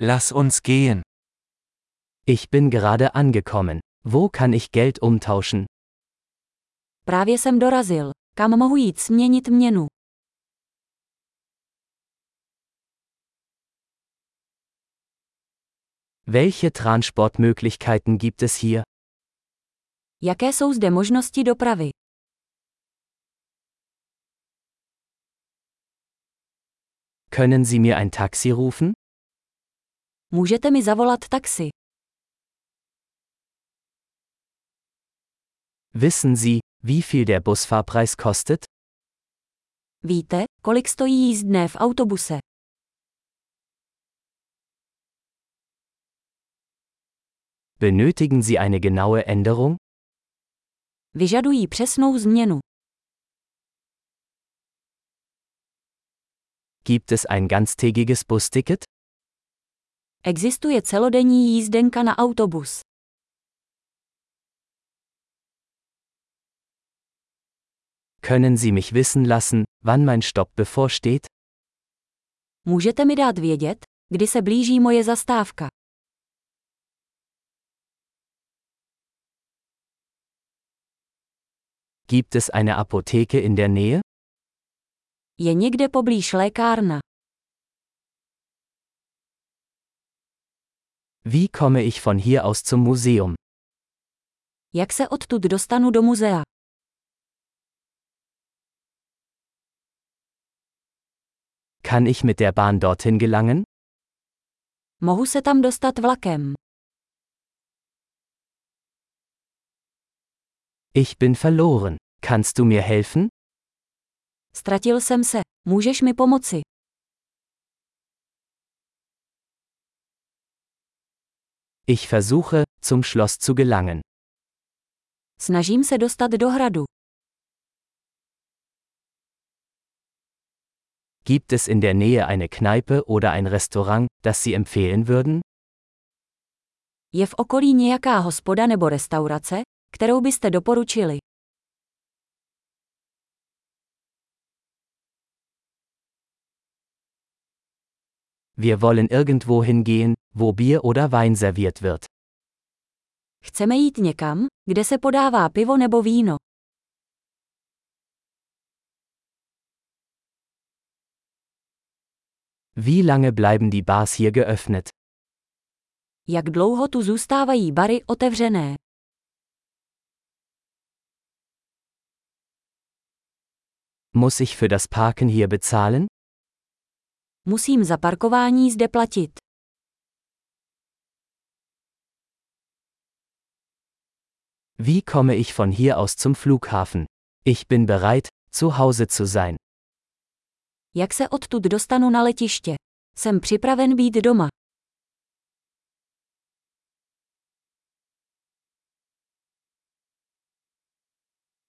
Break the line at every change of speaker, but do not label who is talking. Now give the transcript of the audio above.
Lass uns gehen.
Ich bin gerade angekommen. Wo kann ich Geld umtauschen?
Právě jsem dorazil. Kam mohu jít směnit měnu?
Welche Transportmöglichkeiten gibt es hier?
Jaké jsou zde možnosti dopravy?
Können Sie mir ein Taxi rufen?
Můžete mi zavolat taxi.
Wissen Sie, wie viel der Busfahrpreis kostet?
Víte, kolik stojí jízdné v autobuse?
Benötigen Sie eine genaue Änderung?
Vyžadují přesnou změnu.
Gibt es ein ganztägiges Busticket?
Existuje celodenní jízdenka na autobus.
Können Sie mich wissen lassen, wann mein Stopp bevorsteht?
Můžete mi dát vědět, kdy se blíží moje zastávka?
Gibt es eine Apotheke in der Nähe?
Je někde poblíž lékárna.
Wie komme ich von hier aus zum Museum?
Jak se odtud dostanu do muzea?
Kann ich mit der Bahn dorthin gelangen?
Mohu se tam dostat vlakem.
Ich bin verloren. Kannst du mir helfen?
Ztratil jsem se. Můžeš mi pomoci?
Ich versuche, zum Schloss zu gelangen.
Snažím se dostat do hradu.
Gibt es in der Nähe eine Kneipe oder ein Restaurant, das Sie empfehlen würden?
Je v okolí nějaká hospoda nebo restaurace, kterou byste doporučili?
Wir wollen irgendwo hingehen, wo Bier oder Wein serviert wird.
Chceme jít někam, kde se podává pivo nebo víno.
Wie lange bleiben die Bars hier geöffnet?
Jak dlouho tu zůstávají bary otevřené?
Muss ich für das Parken hier bezahlen?
Musím za parkování zde platit.
Wie komme ich von hier aus zum Flughafen? Ich bin bereit, zu Hause zu sein.
Jak se odtud dostanu na letiště? Jsem připraven být doma.